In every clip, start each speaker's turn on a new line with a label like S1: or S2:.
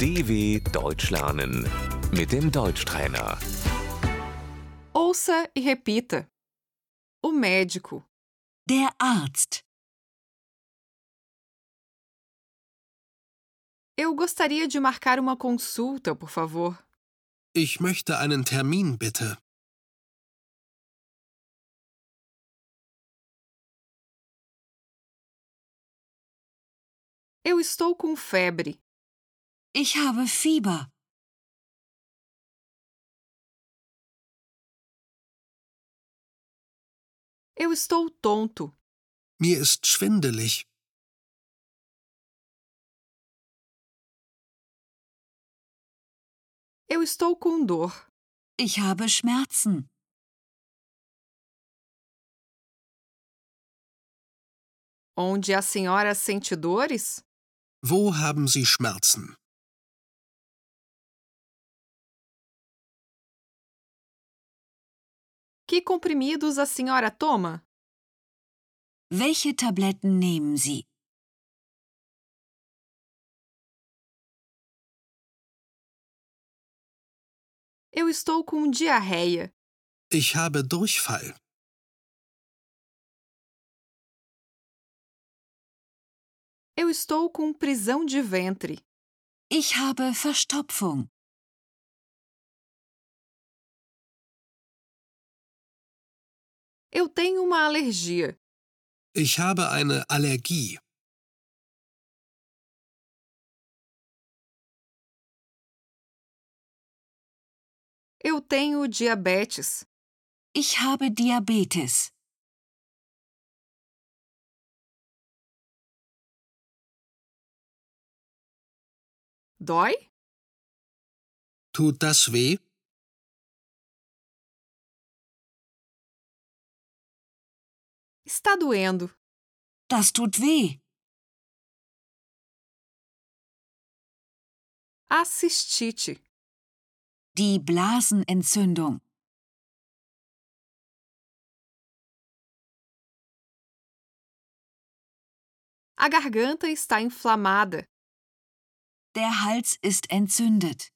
S1: DW Deutsch lernen mit dem Deutschtrainer.
S2: Ouça e repita. O médico,
S3: Der Arzt.
S2: eu gostaria de marcar uma consulta, por favor.
S4: Ich möchte einen Termin bitte.
S2: Eu estou com febre.
S3: Ich habe Fieber.
S2: Eu estou tonto.
S4: Mir ist schwindelig.
S2: Eu estou com dor.
S3: Ich habe Schmerzen.
S2: Onde a senhora sente dores?
S4: Wo haben Sie Schmerzen?
S2: Que comprimidos a senhora toma?
S3: Welche Tabletten nehmen Sie?
S2: Eu estou com diarreia.
S4: Ich habe Durchfall.
S2: Eu estou com prisão de ventre.
S3: Ich habe Verstopfung.
S2: Eu tenho uma alergia.
S4: Ich habe eine Allergie.
S2: Eu tenho diabetes.
S3: Ich habe Diabetes.
S2: Dói?
S4: Tut das weh?
S2: Está doendo.
S3: Das tut weh.
S2: A cistite.
S3: Die Blasenentzündung.
S2: A garganta está inflamada.
S3: Der Hals ist entzündet.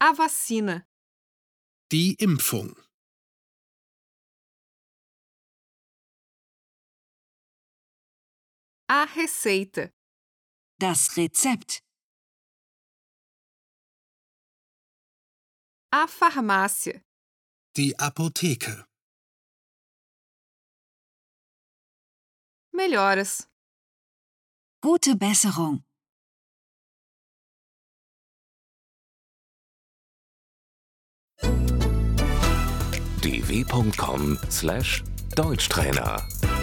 S2: A vacina.
S4: Die Impfung.
S2: A receita.
S3: Das Rezept.
S2: A farmácia.
S4: Die Apotheke.
S2: Melhoras.
S3: Gute Besserung.
S1: dw.com/deutschtrainer